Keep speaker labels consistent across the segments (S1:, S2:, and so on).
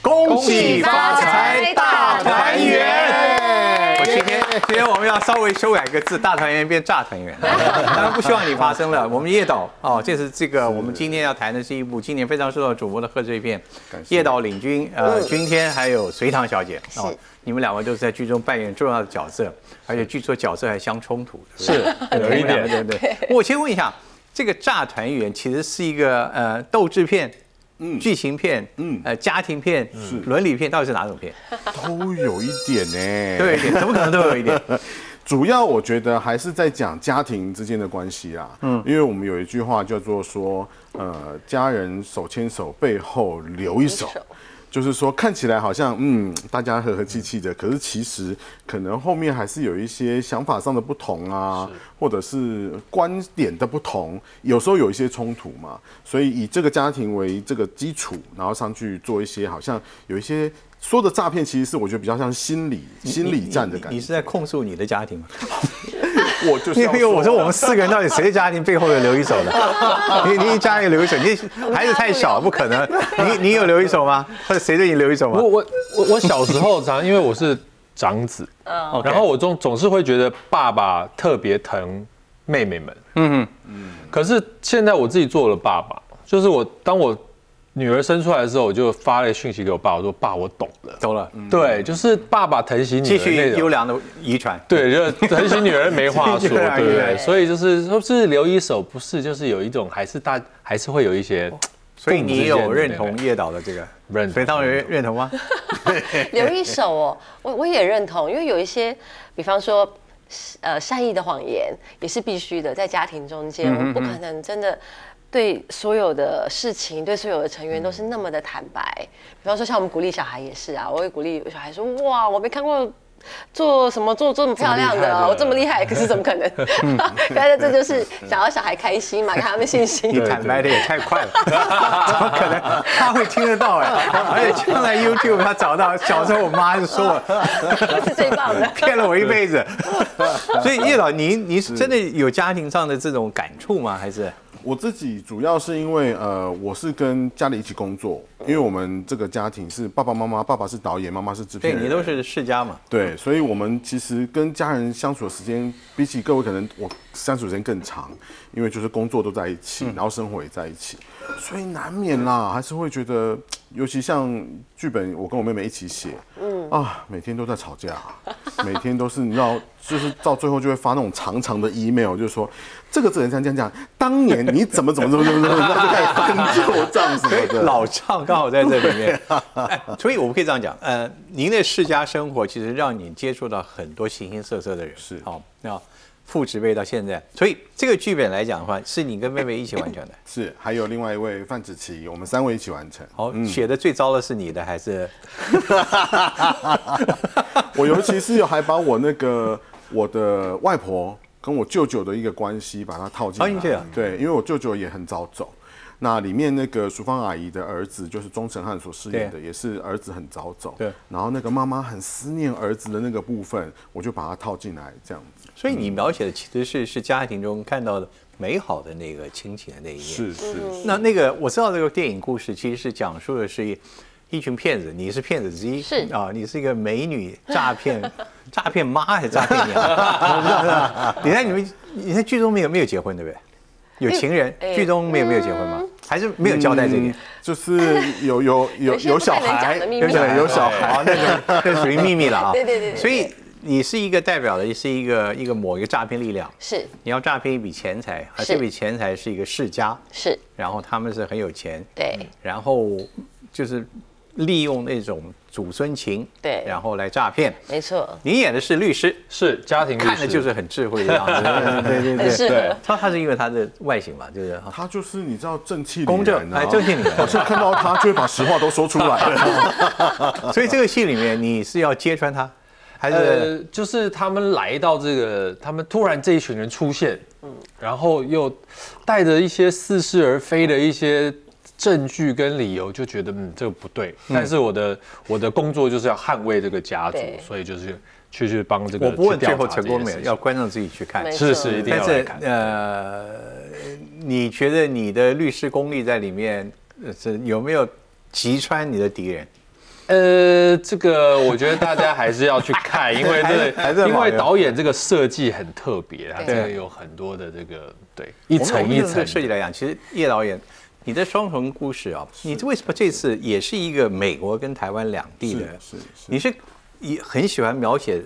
S1: 恭
S2: 喜发财大团圆
S1: 我今天今天我们要稍微修改一个字，大团圆变炸团圆， 当然不希望你发生了。我们叶导哦，这是这个我们今天要谈的是一部今年非常受到瞩目的贺岁片，叶导领军呃君天还有隋唐小姐哦
S3: 是，
S1: 你们两位都是在剧中扮演重要的角色，而且据说角色还相冲突，对不对
S2: 是有一点，
S1: 对不对？我先问一下，这个《炸团圆》其实是一个呃斗志片。嗯，剧情片，嗯
S3: 嗯，
S1: 呃，家庭片，伦理片，到底是哪种片？
S3: 都有一点呢、
S1: 都有一 点，怎么可能都有一点？
S3: 主要我觉得还是在讲家庭之间的关系啦。嗯，因为我们有一句话叫做说，呃，家人手牵手，背后留一手。就是说，看起来好像嗯，大家和和气气的，可是其实可能后面还是有一些想法上的不同啊，或者是观点的不同，有时候有一些冲突嘛。所以以这个家庭为这个基础，然后上去做一些好像有一些说的诈骗，其实是我觉得比较像心理心理战的感
S1: 你
S3: 觉
S1: 是。在控诉你的家庭吗？
S3: 我就 是
S1: 因
S3: 要
S1: 为我说我们四个人到底谁的家庭背后有留一手 的？你你一家人留一手，你孩子太小，不可能。你你有留一手吗？或者谁对你留一手吗
S2: 我？我我我小时候常因为我是长子，
S1: 哦 OK
S2: 然后我总总是会觉得爸爸特别疼妹妹们，嗯嗯，可是现在我自己做了爸爸，就是我当我女儿生出来的时候，我就发了讯息给我爸，我说爸，我懂了，
S1: 懂了，
S2: 对，就是爸爸疼惜女
S1: 嗯继
S2: 儿那
S1: 续
S2: 种
S1: 优良的遗传。
S2: 对，就疼惜女儿没话
S1: 继
S2: 说，
S1: 续优良
S2: 对
S1: 遗
S2: 不
S1: 传
S2: 对？所以就是说是留一手，不是就是有一种还是大还是会有一
S1: 哦
S2: 些，
S1: 所以你有认
S2: 对
S1: 同
S2: 对
S1: 叶导的这个
S2: 认同
S1: 隋唐有认认同吗？
S4: 留一手哦，我我也认同，因为有一些，比方说，呃，善意的谎言也是必须的，在家庭中间，我不可能真的对所有的事情、对所有的成员都是那么的坦白。比方说，像我们鼓励小孩也是啊，我会鼓励小孩说：“哇，我没看过。”做什么做这么漂亮
S2: 这么厉害
S4: 的，啊
S2: 的
S4: 我这么厉害，可是怎么可能？ 但是这就是想要小孩开心嘛，给他们信
S1: 你
S4: 心。
S1: 坦白的也太快了，怎么可能？他会听得到哎，而且将来 YouTube 他找到，小时候我妈就说我
S4: 是最棒的
S1: 骗了我一辈子，所以叶导，你你是真的有家庭上的这种感触吗？还是
S3: 我自己主要是因为呃，我是跟家里一起工作，因为我们这个家庭是爸爸妈妈，爸爸是导演，妈妈是制
S1: 对
S3: 片人，
S1: 你都是世家嘛？
S3: 对，所以我们其实跟家人相处的时间，比起各位可能我相处时间更长，因为就是工作都在一起，然后生活也在一起，所以难免啦，还是会觉得，尤其像剧本，我跟我妹妹一起写，嗯啊，每天都在吵架，每天都是你知道，就是到最后就会发那种长长的 email，就是说这个这个人这样这样这样，当年你怎么怎么怎么怎么怎么，然后就开始翻旧账什么的，
S1: 哎老账刚好在这里面， 哎所以我们可以这样讲，呃，您的世家生活其实让你接触到很多形形色色的人，
S3: 是
S1: 好，那父职辈到现在，所以这个剧本来讲的话，是你跟妹妹一起完成 的。
S3: 是，还有另外一位范子琪，我们三位一起完成。
S1: 好，写的最糟的是你的还是？
S3: 我尤其是有还把我那个我的外婆跟我舅舅的一个关系把它套进
S1: 套进去
S3: 来
S1: 啊，
S3: 对，因为我舅舅也很早走。那里面那个淑芳阿姨的儿子就是钟成汉所饰演的，
S1: 对
S3: 也是儿子很早走。
S1: 对
S3: 然后那个妈妈很思念儿子的那个部分，我就把它套进来，这样子。
S1: 所以你描写的其实是是家庭中看到的美好的那个亲情的那一面。。
S3: 是，
S4: 嗯
S1: 那那个我知道这个电影故事其实是讲述的是一一群骗子，你是骗子之一，
S4: 是
S1: 啊，你是一个美女诈 骗诈骗妈还是诈骗娘？我不知道是吧 你在你们你在剧中没有没有结婚对不对？有情人，
S4: 哎嗯
S1: 剧中没有没有结婚吗？还是没有交代这一点？
S3: 就是有有有
S4: 有些不
S3: 小
S4: 太能讲
S3: 孩，
S4: 的秘密
S3: 有小孩有小孩，
S1: 孩，那种那属于秘密了啊。
S4: 对对对对
S1: 所以你是一个代表的是一个一个某一个诈骗力量，
S4: 是
S1: 你要诈骗一笔钱财，而
S4: 是
S1: 这笔钱财是一个世家，
S4: 是，
S1: 然后他们是很有钱，
S4: 对
S1: 然后就是利用那种祖孙情，
S4: 对
S1: 然后来诈骗。
S4: 没错，
S1: 你演的是律师，
S2: 是家庭律
S1: 看的
S2: 师
S1: 就是很智慧的样子，对对对
S4: 很
S1: 对。
S4: 适合
S2: 对。
S1: 他他是因为他的外形嘛， 就是哈
S3: 他就是你知道正气
S1: 公
S3: 凛
S1: 正
S3: 然
S1: 哎
S3: 啊，
S1: 正气凛然
S3: 好像看到他就会把实话都说出 来了。
S1: 所以这个戏里面你是要揭穿他，还是
S2: 呃，就是他们来到这个，他们突然这一群人出现，
S4: 嗯
S2: 然后又带着一些似是而非的一些证据跟理由，就觉得嗯这个不对。但是我的我的工作就是要捍卫这个家族
S4: 对，
S2: 所以就是去去帮这个。
S1: 我不问
S2: 呃去调
S1: 最
S2: 查
S1: 后成功没有，
S2: 这件事情
S1: 要观众自己去看。
S4: 没
S2: 是是一定
S1: 但
S2: 要来
S1: 是
S2: 看。
S1: 呃，你觉得你的律师功力在里面呃是有没有击穿你的敌人？
S2: 呃，这个我觉得大家还是要去看，因 为
S1: 还还是
S2: 这
S1: 很
S2: 因
S1: 好
S2: 为
S1: 用
S2: 导演这个设计很特别，它
S4: 对
S2: 这个有很多的这个对一
S1: 我们
S2: 层
S1: 我们
S2: 一
S1: 这
S2: 层
S1: 个设计
S2: 的。
S1: 来讲，其实叶导演，你的双重故事啊，你为什么这次也是一个美国跟台湾两地的？
S3: 是是是
S1: 你是也很喜欢描写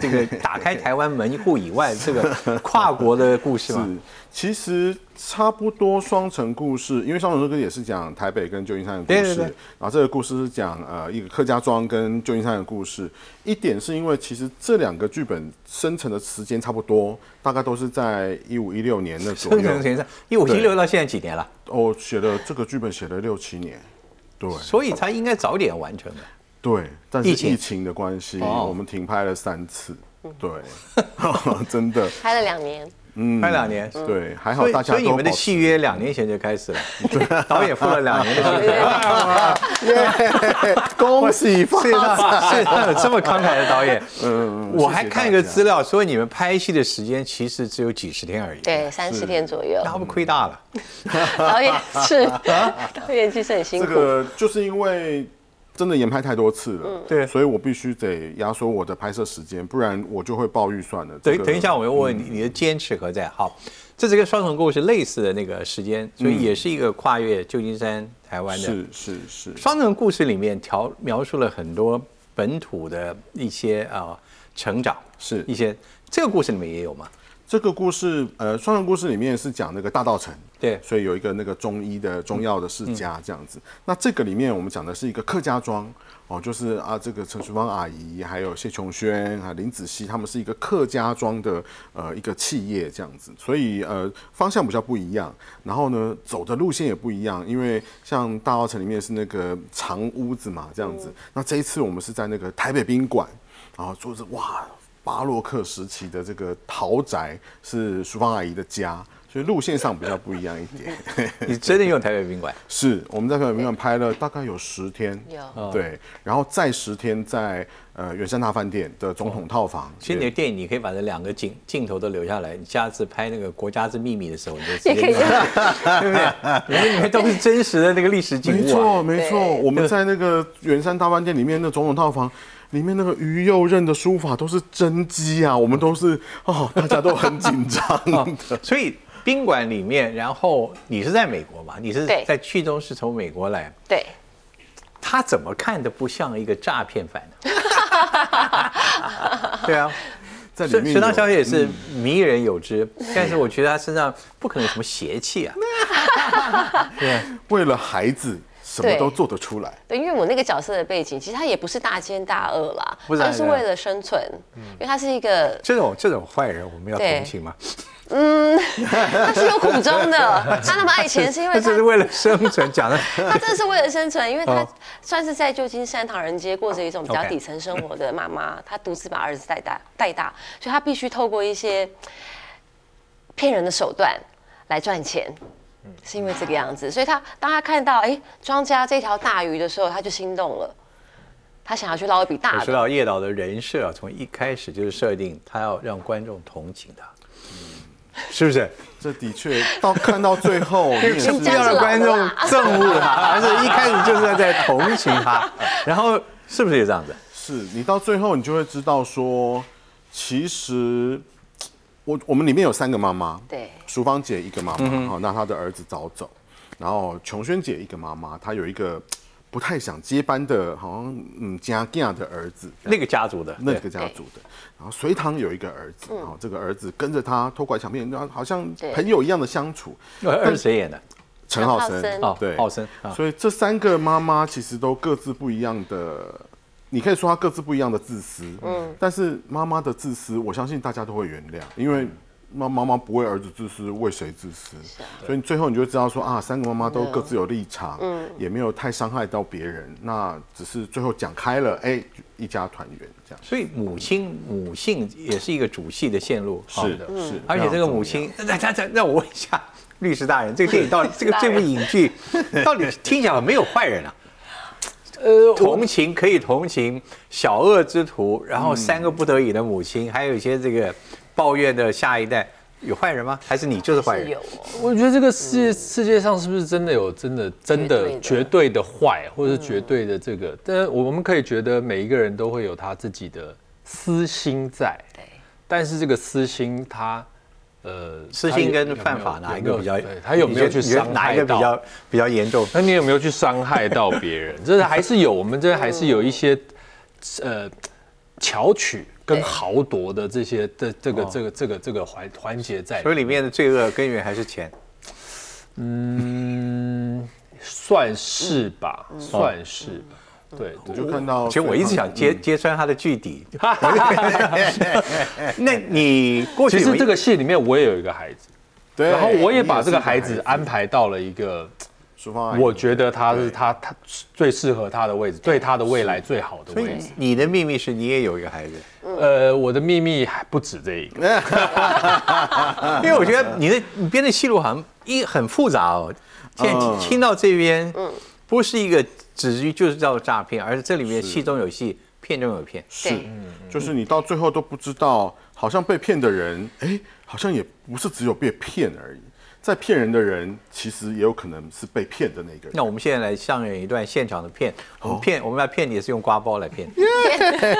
S1: 这 个打开台湾门户以外这个跨国的故事吗？
S3: 是，其实差不多双城故事，因为双城故事也是讲台北跟旧金山的故
S1: 对
S3: 事，
S1: 对对
S3: 然后这个故事是讲呃一个客家庄跟旧金山的故事。一点是因为其实这两个剧本生成的时间差不多，大概都是在一五一六年 的左
S1: 生
S3: 右。
S1: 成先生，因为我已经留到现在几年了，
S3: 我写了这个剧本写了六七年，对
S1: 所以他应该早点完成的。
S3: 对，但是
S1: 疫情
S3: 疫情的关系，
S1: 哦嗯
S3: 我们停拍了三次，对， 真的，
S4: 拍了两年，
S1: 拍两年，
S3: 对，还嗯好
S1: 所以
S3: 大家
S1: 所以你
S3: 都
S1: 们的
S3: 保
S1: 契约两年前就开始了， 导演付了两年的契约。
S3: 恭喜发
S1: 世界上世界上有这么慷慨的导演，
S3: 嗯，
S1: 我还看一个资
S3: 料，
S1: 料说你们拍戏的时间其实只有几十天而已，，
S4: 对，三十天 左右
S1: 那。会不会亏大了？
S4: 导演是， 导演其实很辛
S3: 这
S4: 苦。
S3: 个就是因为真的延拍太多次了，
S1: 对
S3: 所以我必须得压缩我的拍摄时间，不然我就会爆预算了。
S1: 等
S3: 这个
S1: 等一下，我又
S3: 嗯
S1: 问你，你的坚持何在？好，这是跟双重故事类似的那个时间，所以也是一个跨越旧金山、台湾的。
S3: 嗯是是是，
S1: 双重故事里面调描述了很多本土的一些啊、呃成长，
S3: 是
S1: 一些这个故事里面也 有嘛？
S3: 这个故事，呃，双人故事里面是讲那个大道城，
S1: 对
S3: 所以有一个那个中医的中药的世家这样子。那这个里面我们讲的是一个客家庄，哦，就是啊，这个陈淑芳阿姨，还有谢琼轩啊、林子熙，他们是一个客家庄的呃一个企业这样子，所以呃方向比较不一样，然后呢走的路线也不一样，因为像大道城里面是那个长屋子嘛这样子，那这一次我们是在那个台北宾馆，然后坐着哇。巴洛克时期的这个豪宅是淑芳阿姨的家，所以路线上比较不一样一点。
S1: 你真的用台北宾馆？
S3: 是我们在台北宾馆拍了大概有十天，
S4: 有
S3: 对，然后再十天在呃圆山大饭店的总统套房。
S1: 其实你的电影，你可以把这两个镜镜头都留下来，你下次拍那个《国家之秘密》的时候，你就直接
S4: 也可以
S1: 留下来 对不对？因为里面都是真实的那个历史景
S3: 没
S1: 物啊。
S3: 错，没错，我们在那个圆山大饭店里面的总统套房。里面那个于右任的书法都是真迹啊，我们都是哦，大家都很紧张的。
S1: 所以宾馆里面，然后你是在美国嘛？你是
S4: 对
S1: 在剧中是从美国来，
S4: 对，
S1: 他怎么看的不像一个诈骗犯呢？ 对啊，
S3: 在里
S1: 沈
S3: 面
S1: 沈
S3: 有
S1: 大小姐也是迷人有之，但是我觉得她身上不可能有什么邪气啊。
S3: 为了孩子，什么
S4: 对
S3: 都做得出来。
S4: 对，因为我那个角色的背景，其实他也不是大奸大恶啦，
S1: 不然
S4: 他是
S1: 呢
S4: 为了生存，因为他是一个，
S1: 这种这种坏人，我们要
S4: 对
S1: 同情吗？
S4: 他是有苦衷的。他那么爱钱，是因为
S1: 他
S4: 他
S1: 只是为了生存，讲 的
S4: 他真的是为了生存，因为他
S1: 哦
S4: 算是在旧金山唐人街过着一种比较
S1: OK
S4: 底层生活的妈妈，她独自把儿子带大带大，所以她必须透过一些骗人的手段来赚钱。
S1: 嗯
S4: 是因为这个样子，所以他当他看到哎庄家这条大鱼的时候，他就心动了，他想要去捞一笔
S1: 我
S4: 大
S1: 知
S4: 的。
S1: 道叶导的人设啊，从一开始就是设定他要让观众同情他，是不是？
S3: 这的确到看到最 后，你也
S1: 是
S3: 是
S1: 不
S4: 人
S1: 要
S4: 家
S1: 让
S4: 是老
S1: 观
S4: 的
S1: 众
S4: 啦
S1: 憎恶他，而是一开始就是要在同情他，然后是不是也这样子？
S3: 是你到最后，你就会知道说，其实我我们里面有三个妈妈，
S4: 对
S3: 淑芳姐一个妈妈，好、那她的儿子早走，然后琼轩姐一个妈妈，她有一个不太想接班的，好像嗯家嫁的儿子，
S1: 那个家族的，
S3: 那个家族的。然后隋唐有一个儿子，然后这个儿子跟着他偷拐抢骗，然后好像
S4: 嗯对
S3: 朋友一样的相处。
S1: 对呃二是谁演的？
S3: 陈浩
S4: 陈浩森
S3: 森，
S1: 哦
S3: 对，
S1: 浩森啊
S3: 所以这三个妈妈其实都各自不一样的，你可以说她各自不一样的自私，嗯，但是妈妈的自私，我相信大家都会原谅，因为妈妈妈不为儿子自私，为谁自私？所以你最后你就知道说啊，三个妈妈都各自有立场，嗯，也没有太伤害到别人，那只是最后讲开了，哎，一家团圆这样。
S1: 所以母亲母性也是一个主戏的线路，啊
S3: 是的，是，
S1: 而且这个母亲，那那 那那我问一下 律师大人，这个电影到底这个这部影剧到底听起来没有坏 人啊？
S2: 呃，我
S1: 同情可以同情小嗯恶之徒，然后三个不得已的母亲，还有一些这个抱怨的下一代，有坏人吗？还是你就是坏
S4: 是
S1: 人？
S4: 有哦。
S2: 我觉得这个世界、世界上是不是真的有真的真的嗯嗯绝
S4: 绝
S2: 对的坏，或者是绝对的这个？但我们可以觉得每一个人都会有他自己的私心在，
S4: 对，
S2: 但是这个私心他，呃，
S1: 私
S2: 他有
S1: 信跟犯法哪一个比较
S2: 有没有对？他有没有去
S1: 你觉得
S2: 伤
S1: 哪一
S2: 害
S1: 个比
S2: 到？
S1: 较比较严重？
S2: 那你有没有去伤害到 别人？这还是有，我们这还是有一些，呃，巧取跟
S4: 对
S2: 豪夺的这些的这个这个这个这个环环节在里面。
S1: 哦所以里面的罪恶根源还是钱。
S2: 嗯，算是吧，算是吧。对，
S3: 我
S2: 对
S3: 就看到，
S1: 其实嗯我一直想揭
S2: 嗯
S1: 揭穿他的具 体。 那你过去
S2: 其
S1: 有
S2: 实
S1: 一
S2: 这个戏里面我也有一个孩子，
S3: 对，
S2: 然后我也把
S3: 你
S2: 这个孩子
S3: 是
S2: 安排到了一个
S3: 淑
S1: 哎
S3: 芳阿姨，
S2: 我觉得他
S3: 对
S2: 是他他最适合他的位置，对他的未来最好的
S1: 所以嗯
S2: 位置。
S1: 你的秘密是你也有一个孩子，
S2: 呃，我的秘密还不止这一个，
S1: 因为我觉得你的你编的戏路好像一很复杂哦。现在
S3: 嗯
S1: 听到这边，不是一个只于就是叫诈骗，而是这里面戏中有戏，片中有片。
S3: 是
S4: 对，
S3: 就是你到最后都不知道，好像被骗的人，哎，好像也不是只有被骗而已，在骗人的人其实也有可能是被骗的那个人。
S1: 那我们现在来上演一段现场的骗，我们骗我们要骗你是用刮包来骗，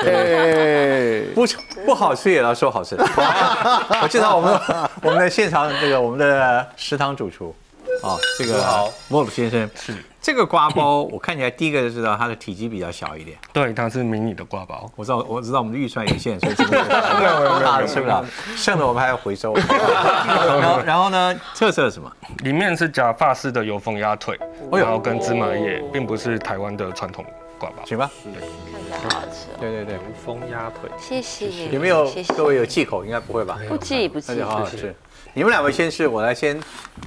S3: 嘿
S1: 不不好吃也要说好吃。我介绍我们我们的现场这个我们的食堂主厨，啊，这个
S2: 好
S1: 莫鲁先生是这个刮包，我看起来第一个就知道它的体积比较小一点。
S5: 对，它是迷你的挂包。
S1: 我知道，我知道我们的预算有限，所以没有 没有大的吃不了，剩的我们还要回 收。然后然后呢，特色是什么？
S5: 里面是加法式的油封鸭腿，
S1: 哎呦
S5: 然后跟芝麻叶，并不是台湾的传统挂包。
S1: 行吧，
S4: 看起来好好吃哦。
S1: 对对对，
S5: 油封鸭腿，
S4: 谢谢。
S1: 有没有
S4: 谢谢
S1: 各位有忌口？应该不会吧？
S4: 不记不
S1: 那
S4: 记
S1: 就。好好吃。你们两位先试，我来先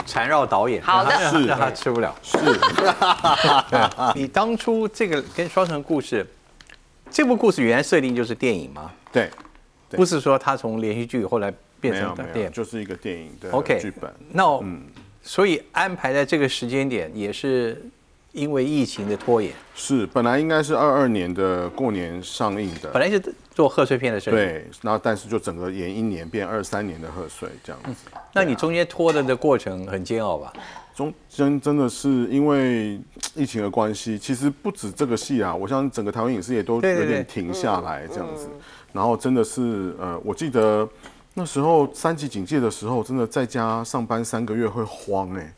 S1: 缠绕导演，
S4: 好的
S1: 让他
S3: 是
S1: 让他吃不了。是， 你当初这个跟双城故事，这部故事原来设定就是电影吗？
S3: 对，对
S1: 不是说他从连续剧后来变
S3: 没有
S1: 成
S3: 没
S1: 电
S3: 有，
S1: 影
S3: 就是一个电影的
S1: OK
S3: 剧本。嗯
S1: 那我所以安排在这个时间点，也是因为疫情的拖延，
S3: 是，本来应该是二二年的过年上映的，
S1: 本来是做贺岁片的事。，
S3: 对，然后但是就整个延一年变二三年的贺岁这样子。
S1: 那你中间拖的的过程很煎熬吧？
S3: 中间真的是因为疫情的关系，其实不止这个戏啊，我相信整个台湾影视也都有
S1: 对对对
S3: 点停下来这样子。然后真的是呃，我记得那时候三级警戒的时候，真的在家上班三个月会慌哎、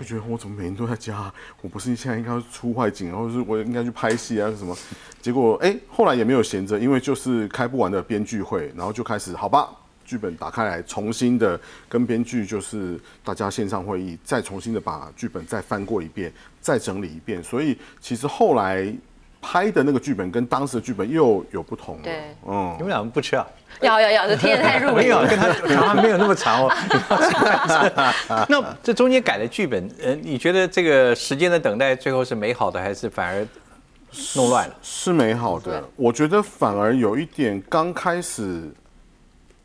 S3: 就觉得我怎么每天都在家？我不是现在应该要出外景，然后是我应该去拍戏啊什么？结果哎、后来也没有闲着，因为就是开不完的编剧会，然后就开始好吧，剧本打开来，重新的跟编剧就是大家线上会议，再重新的把剧本再翻过一遍，再整理一遍。所以其实后来拍的那个剧本跟当时的剧本又有不同了。
S4: 对
S3: 嗯
S1: 你，们两个不吃啊？
S4: 要要要，这听得 太入
S1: 没
S4: 迷
S1: 有，
S4: 了。
S1: 跟他长没有那么长哦。 那这中间改的剧本，呃，你觉得这个时间的等待最后是美好的，还是反而弄乱了？
S3: 是美好的。我觉得反而有一点刚开始，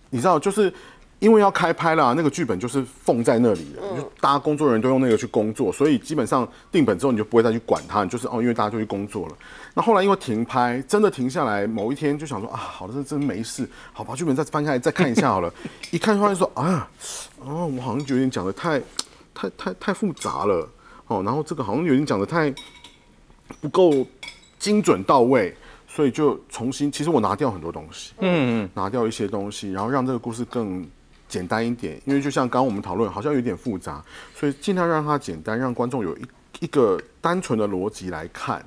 S3: 你知道，就是因为要开拍啦，那个剧本就是放在那里了，就大家工作人员都用那个去工作，所以基本上定本之后你就不会再去管它，你就是哦，因为大家就去工作了。那后来因为停拍，真的停下来，某一天就想说啊，好了，这真没事，好吧，剧本再翻开来再看一下好了。一看突然说啊，哦，我好像有点讲的太、太、太、太复杂了哦，然后这个好像有点讲的太不够精准到位，所以就重新，其实我拿掉很多东西，嗯，拿掉一些东西，然后让这个故事更简单一点，因为就像刚刚我们讨论，好像有点复杂，所以尽量让它简单，让观众有一一个单纯的逻辑来看。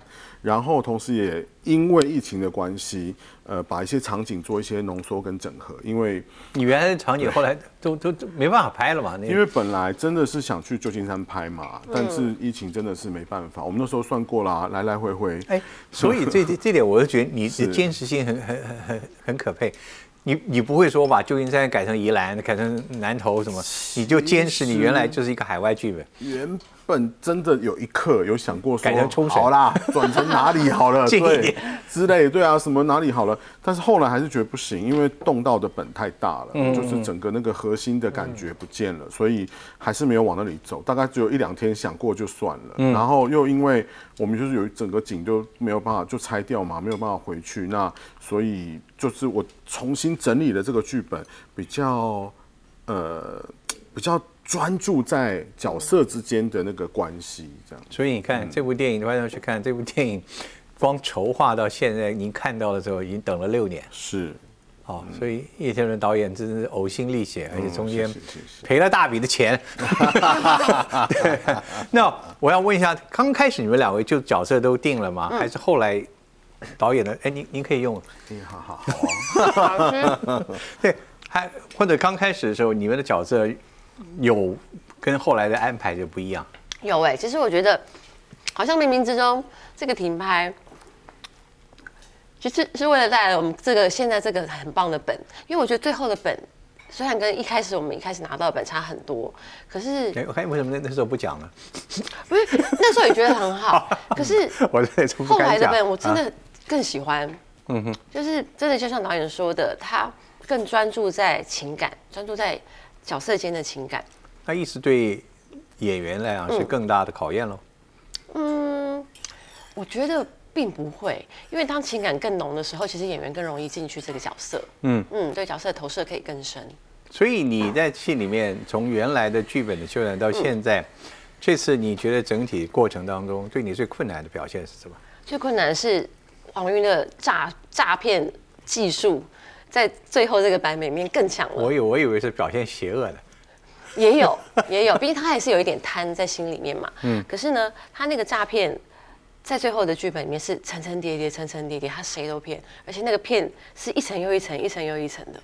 S3: 然后，同时也因为疫情的关系，呃，把一些场景做一些浓缩跟整合。因为
S1: 你原来的场景后来都都都没办法拍了嘛？那
S3: 因为本来真的是想去旧金山拍嘛，但是疫情真的是没办法。我们那时候算过啦，来来回回，
S1: 哎，所以这这点我就觉得你的坚持性很很很很很可佩。你你不会说把旧金山改成宜兰，改成南投什么，你就坚持你原来就是一个海外剧本。
S3: 原本真的有一刻有想过说，
S1: 改成冲绳
S3: 好啦，转成哪里好了，
S1: 近一
S3: 对
S1: 点
S3: 之类，对啊，什么哪里好了，但是后来还是觉得不行，因为动到的本太大了，
S1: 嗯
S3: 就是整个那个核心的感觉不见了，所以还是没有往那里走。大概只有一两天想过就算了，
S1: 嗯
S3: 然后又因为我们就是有整个景就没有办法就拆掉嘛，没有办法回去，那所以就是我重新整理了这个剧本，比较。呃比较专注在角色之间的那个关系，这样。
S1: 所以你看这部电影，观众去看这部电影，光筹划到现在，您看到的时候已经等了六年。
S3: 是，
S1: 哦，所以叶天伦导演真是呕心沥血，而且中间
S3: 嗯是是是
S1: 赔了大笔的 钱。对，那我要问一下，刚开始你们两位就角色都定了吗？
S3: 嗯
S1: 还是后来导演的？哎，您您可以用。
S3: 哎好好好啊，
S1: 对，还或者刚开始的时候，你们的角色有跟后来的安排就不一样。
S4: 有哎、其实我觉得，好像冥冥之中这个停拍，其实是为了带来我们这个现在这个很棒的本，因为我觉得最后的本虽然跟一开始我们一开始拿到的本差很多，可是
S1: 哎，我看为什么那那时候不讲呢？
S4: 不是那时候也觉得 很好，可是
S1: 我这也是不
S4: 后来
S1: 敢
S4: 的
S1: 讲。啊
S4: 本我真的更喜欢，嗯哼，就是真的就像导演说的，他更专注在情感，专注在角色间的情感。
S1: 那意思对演员来讲
S4: 嗯
S1: 是更大的考验喽。
S4: 我觉得并不会，因为当情感更浓的时候，其实演员更容易进去这个角色。嗯嗯，对角色的投射可以更深。
S1: 所以你在戏里面从原来的剧本的修改到现在，这次你觉得整体过程当中对你最困难的表现是什么？
S4: 最困难是王云的诈诈骗技术，在最后这个版本里面更强了。
S1: 我以我以为是表现邪恶的，
S4: 也 有也有，毕竟他还是有一点贪在心里面嘛。嗯。可是呢，他那个诈骗在最后的剧本里面是层层叠叠、层层叠叠，他谁都骗，而且那个骗是一层又一层、一层又一层的。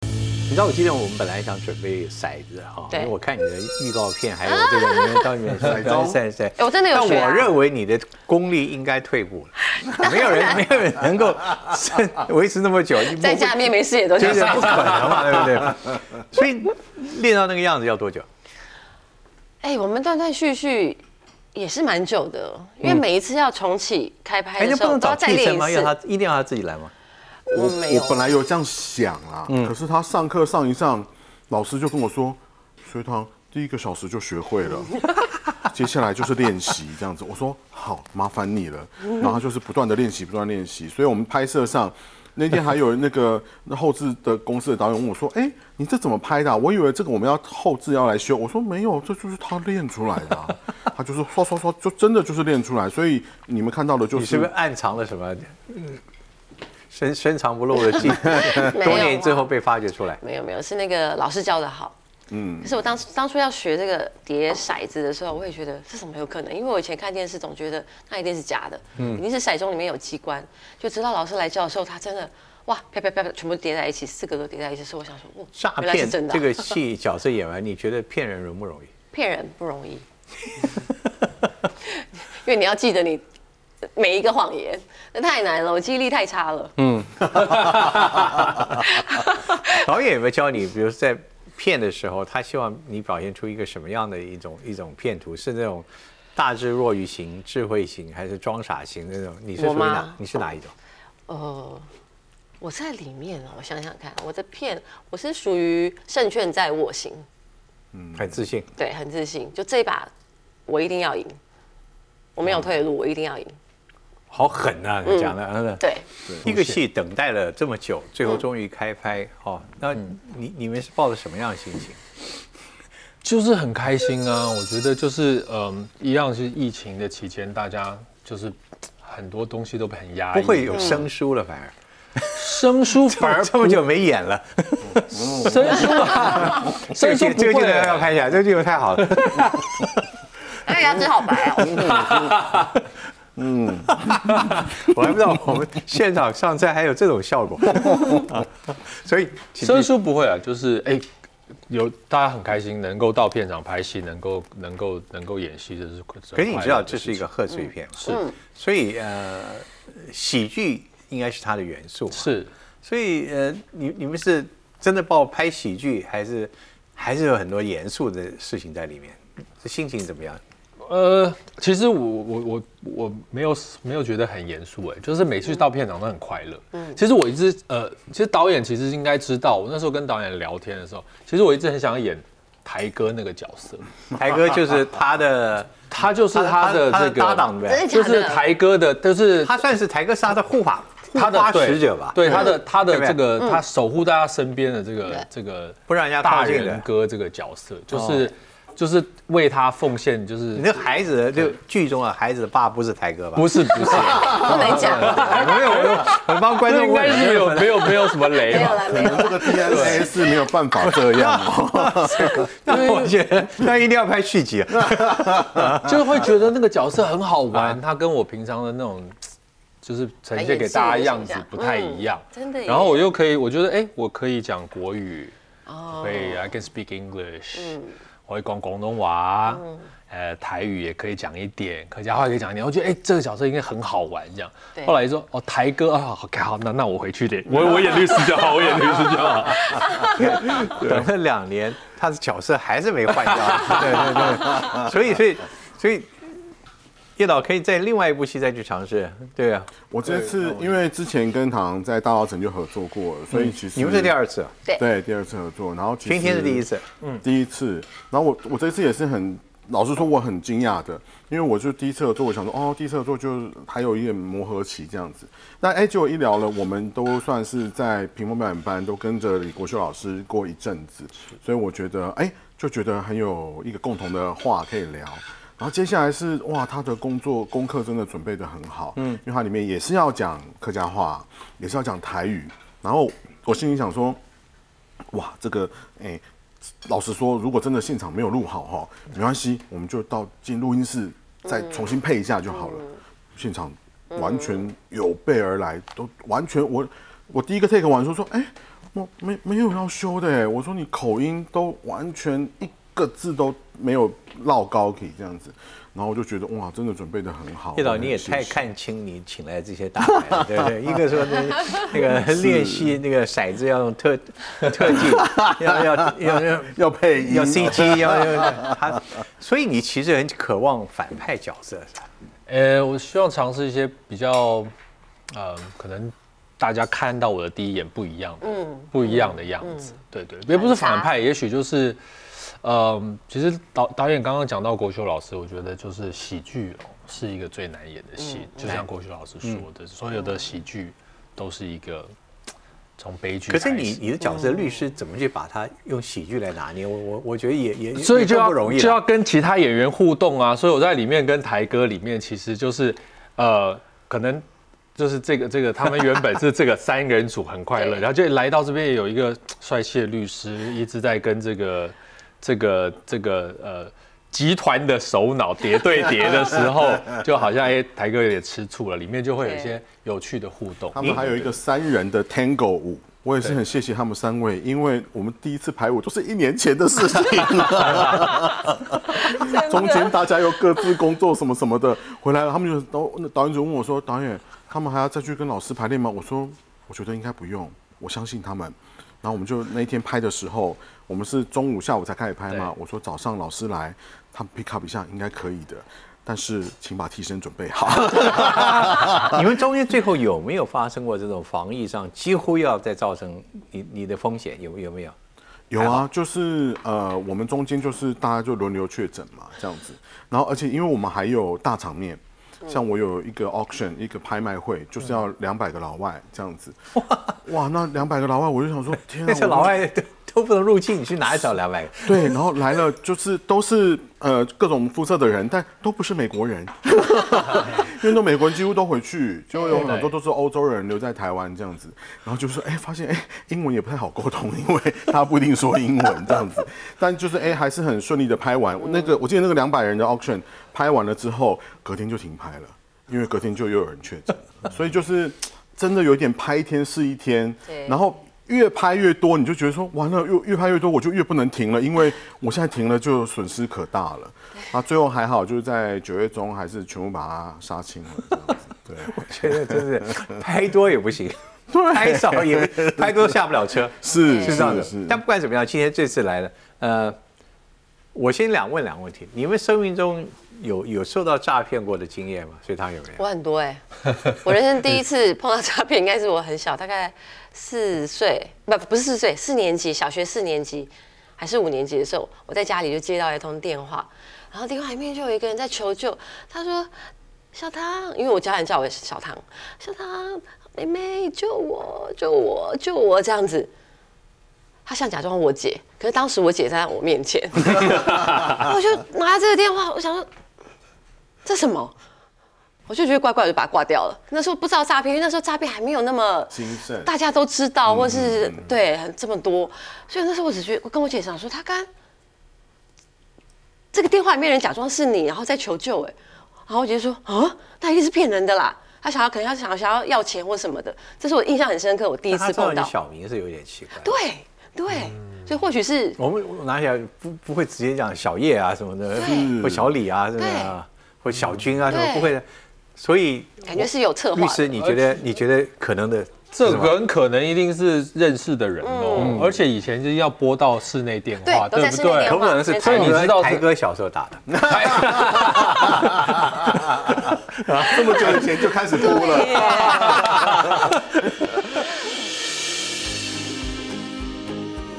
S1: 你知道我今天我们本来想准备骰子哈，因
S4: 对
S1: 为我看你的预告片还有这个里面到里面骰
S3: 骰
S1: 子
S3: 盅
S1: 骰子，
S4: 哎我真的有
S1: 但
S4: 学啊
S1: 我认为你的功力应该退步了，没有人没有人能够维持那么久，你不
S4: 在家里面没事也都这
S1: 就是
S4: 样。
S1: 不可能嘛，对不对？所以练到那个样子要多久？
S4: 哎、我们断断续续也是蛮久的，哦因为每一次要重启开
S1: 嗯
S4: 拍
S1: 哎，
S4: 的
S1: 那
S4: 时
S1: 不
S4: 候
S1: 能
S4: 都要
S1: 找
S4: 再
S1: 替
S4: 练
S1: 身
S4: 一
S1: 吗？要他
S4: 次。
S1: 一定要他自己来吗？
S3: 我
S4: 嗯没有
S3: 我本来有这样想啦，
S1: 嗯
S3: 可是他上课上一上，老师就跟我说，隋唐第一个小时就学会 了。接下来就是练习这样子，我说好，麻烦你了。然后他就是不断的练习，不断地练习。所以我们拍摄上那天还有那个那后置的公司的导演问我说：“哎、你这怎么拍的啊、我以为这个我们要后置要来修。”我说：“没有，这就是他练出来 的啊、他就是刷刷刷，就真的就是练出来。所以你们看到的就
S1: 你是不是暗藏了什么嗯深深藏不露的 技能？
S4: 没有
S1: 多年
S4: 啊
S1: 最后被发掘出来。
S4: 没有没有，是那个老师教的好。嗯，可是我当时当初要学这个叠骰子的时候，我也觉得这怎么有可能？因为我以前看电视总觉得那一定是假的，嗯，一定是骰盅里面有机关。就直到老师来教的时候，他真的哇，啪啪啪，全部叠在一起，四个都叠在一起，所以我想说，哦，
S1: 诈
S4: 原来是
S1: 骗
S4: 真的啊、
S1: 这个戏角色演完，你觉得骗人容不容易？
S4: 骗人不容易，因 为你要记得你每一个谎言，那太难了，我记忆力太差了。
S1: 导演有没有教你，比如在骗的时候，他希望你表现出一个什么样的一种一种骗图？是那种大智若愚型、智慧型，还是装傻型那种？你是属于
S4: 我吗
S1: 哪？你是哪一种？
S4: 呃，我在里面哦，我想想看，我在骗，我是属于胜券在握型，
S1: 很自信。
S4: 对，很自信，就这一把我一定要赢，我没有退路，我一定要赢。
S1: 好狠啊！你讲的，嗯，
S4: 对，嗯
S1: 一个戏等待了这么久，最后终于开拍，哦，那你你们是抱着什么样的心情？
S2: 就是很开心啊！我觉得就是嗯，一样是疫情的期间，大家就是嘖很多东西都很压抑，
S1: 不会有生疏了，反而
S2: 生疏，反 而
S1: 这么久没演了，
S2: 生疏啊，生疏
S1: 这个这
S2: 不
S1: 个
S2: 会啊
S1: 剧本要拍起来，这个剧本太好了。
S4: 哎，牙齿好白哦，
S1: 我还不知道我们现场上菜还有这种 效果，所以请
S2: 生疏不会啊，就是哎、有大家很开心能够到片场拍戏，能够能够能够演戏，这是
S1: 可是你知道
S2: 很快乐的
S1: 这是
S2: 事
S1: 一
S2: 情
S1: 个贺岁片嘛？
S2: 是
S1: 所以呃，喜剧应该是它的元素嘛。
S2: 是
S1: 所以呃，你你们是真的抱拍喜剧，还是还是有很多严肃的事情在里面？这心情怎么 样？
S2: 呃，其实我我我我没有没有觉得很严肃哎，就是每
S1: 嗯
S2: 次到片场都很快乐。嗯，其实我一直呃，其实导演其实应该知道，我那时候跟导演聊天的时候，其实我一直很想演台哥那个角色，
S1: 台哥就是他的，
S2: 他就是他的这个
S1: 搭档呗，
S4: 真的假
S2: 就是
S4: 的？
S2: 台哥的，就是
S1: 他算是台哥是他的护法，
S2: 他
S1: 护花
S2: 的对
S1: 使者吧嗯
S2: 对他的他的
S1: 对
S2: 这
S1: 不
S2: 个他守护大家身边的这个这个
S1: 不让人家
S2: 大
S1: 靠近的
S2: 人哥这个角色，就是就是为他奉献，就是
S1: 你这孩子就剧中啊，孩子的爸不是台哥吧？
S2: 不是 不是，
S4: 都没讲，
S1: 没有，我有我帮观众
S2: 应该
S1: 问，
S2: 是没有没有没有什么雷
S4: 没有
S2: 吧？
S4: 啦，没有啦。
S3: 这个 DNA 是没有办法这样哦，
S1: 那我觉得那一定要拍续集啊了。
S2: 就是会觉得那个角色很好玩，他跟我平常的那种就是呈现给大家样子不太一样，
S4: 嗯真的耶
S2: 然后我又可以，我觉得哎、我可以讲国语，
S4: 哦
S2: 可以 I can speak English，、我
S4: 嗯
S2: 会讲广东话，呃，台语也可以讲一点，客家话也可以讲一点，我觉得哎、这个角色应该很好玩这样
S4: 对。
S2: 后来说哦，台哥啊，好、o 好，那那我回去得，我我演律师就好，我演律师就好。
S1: 等了两年，他的角色还是没换 掉。对对对，所以所以所以，叶导可以在另外一部戏再去尝试。对啊，
S3: 我这次因为之前跟唐在大稻城就合作过了，所以其实
S1: 嗯你们是第二次，
S4: 对
S3: 对第二次合作，然后其实
S1: 今天是第一次，
S3: 嗯，第一次，然后我我这次也是很。老实说，我很惊讶的，因为我就第一次合作，我想说，哦，第一次合作就是还有一点磨合期这样子。那哎，结果一聊了，我们都算是在屏幕表演班都跟着李国秀老师过一阵子，所以我觉得，哎，就觉得很有一个共同的话可以聊。然后接下来是哇，他的工作功课真的准备的很好，嗯，因为它里面也是要讲客家话，也是要讲台语。然后我心里想说，哇，这个哎、老实说，如果真的现场没有录好哈，没关系，我们就到进录音室再重新配一下就好了。现场完全有备而来，都完全我我第一个 take 完说说，哎、我没没有要修的哎，我说你口音都完全一个字都没有落高可以这样子，然后我就觉得哇，真的准备的很好。
S1: 叶导
S3: 我很
S1: 你也
S3: 谢
S1: 太
S3: 谢
S1: 看清你请来这些大牌了，对不对？一个说 那那个练习那个骰子要用特特技，要要要 要
S3: 要配音
S1: 要
S2: 嗯
S1: CG，要要他，所以你其实很渴望反派角色，是吧
S2: 呃，我希望尝试一些比较，呃，可能大家看到我的第一眼不一样的，不一样的样子。对对，也不是嗯反派，也许就是，呃，其实导导演刚刚讲到国修老师，我觉得就是喜剧哦，是一个最嗯难演的戏，就像国修老师
S1: 嗯
S2: 说的，所有的喜剧都是一个从悲剧
S1: 可
S2: 开
S1: 是
S2: 始。
S1: 你你的角
S2: 嗯
S1: 色律师怎么去把它用喜剧来拿捏？我我我觉得也也
S2: 所以就
S1: 也更
S2: 要
S1: 不容易了，
S2: 就要跟其他演员互动啊。所以我在里面跟台哥里面，其实就是呃，可能就是这个这个，他们原本是这个三个人组很快乐，
S4: 对
S2: 然后就来到这边有一个帅气的律师，一直在跟这个这个这个呃。集团的首脑叠对叠的时候，就好像哎、台哥有点吃醋了，里面就会有一些有趣的互动。嗯
S3: 他们还有一个三人的 Tango 舞，我也是很谢谢他们三位，因为我们第一次排舞都是一年前的事情了中间大家又各自工作什么什么的，回来了他们就导导演组问我说：“导演，他们还要再去跟老师排练吗？”我说：“我觉得应该不用，我相信他们。”然后我们就那一天拍的时候，我们是中午下午才开始拍嘛
S2: 对。
S3: 我说早上老师来，他们 pick up 一下应该可以的，但是请把替身准备好。
S1: 你们中间最后有没有发生过这种防疫上几乎要再造成你你的风险有有没有？
S3: 有啊，就是呃，我们中间就是大家就轮流确诊嘛，这样子。然后，而且因为我们还有大场面，
S1: 嗯
S3: 像我有一个 auction，一个拍卖会，就是要两百个老外这 样子。哇，那两百个老外，我就想说，天啊，
S1: 那些
S3: 我
S1: 老外都都不能入境，你去哪里找两百个？
S3: 对，然后来了就是都是呃各种肤色的人，但都不是美国人， 因为都美国人几乎都回去，就有很多都是欧洲人留在台湾这样子，然后就说哎发现哎英文也不太好沟通，因为他不一定说英文这样子，但就是哎还是很顺利的拍完那个，我记得那个两百人的 auction 拍完了之后，隔天就停拍了，因为隔天就又有人确诊了，所以就是真的有点拍一天是一天
S4: 对，
S3: 然后。越拍越多，你就觉得说完了，越越拍越多，我就越不能停了，因为我现在停了就损失可大了。啊，最后还好，就是在九月中还是全部把它杀青了。这样子对，
S1: 真的真是拍多也不行， 拍少也不拍多下不了车，
S3: 是
S1: 是这样
S3: 是
S1: 的。但不管怎么样，今天这次来了，呃，我先两问两个问题：你们生命中有有受到诈骗过的经验吗？所以他有没有？
S4: 我很多哎、 我人生第一次碰到诈骗，应该是我很小，大概四岁，不不是四岁，四年级，小学四年级还是五年级的时候，我在家里就接到一通电话，然后电话里面就有一个人在求救，他说：“小唐，因为我家人叫我小唐，小唐，妹妹救我，救我，救我这样子。她想假装我姐，可是当时我姐在我面前，我就拿着这个电话，我想说这什么，我就觉得怪怪，我就把它挂掉了。那时候不知道诈骗，因为那时候诈骗还没有那么
S3: 兴盛
S4: 大家都知道，或是、对这么多，所以那时候我只觉得，我跟我姐讲说，她刚这个电话里面人假装是你，然后再求救，哎，然后我姐说啊，那一定是骗人的啦。她想要可能要想要想要要钱或什么的，这是我印象很深刻，我第一
S1: 那他
S4: 次
S1: 知道
S4: 碰
S1: 你
S4: 到。
S1: 小名是有点奇怪。
S4: 对对，所以或许是
S1: 我们我拿起来不不会直接讲小叶啊什么的
S4: 对，
S1: 或小李啊什么的啊，或小军啊什么
S4: 对
S1: 不会的，所以
S4: 感觉是有策
S1: 律
S4: 划
S1: 师
S4: 的。
S1: 你觉得你觉得可能的
S2: 这
S1: 是吗
S2: 个很可能一定是认识的人哦，而且以前就是要拨到室内电
S4: 对
S2: 话，
S4: 都在
S2: 不
S4: 室内
S2: 对
S4: 电
S1: 可？不可能是
S4: 没错
S1: 台
S2: 所以你知道
S1: 哥
S2: 是
S1: 台哥小时候打 的？
S3: 这么久以前就开始播了。
S4: 对耶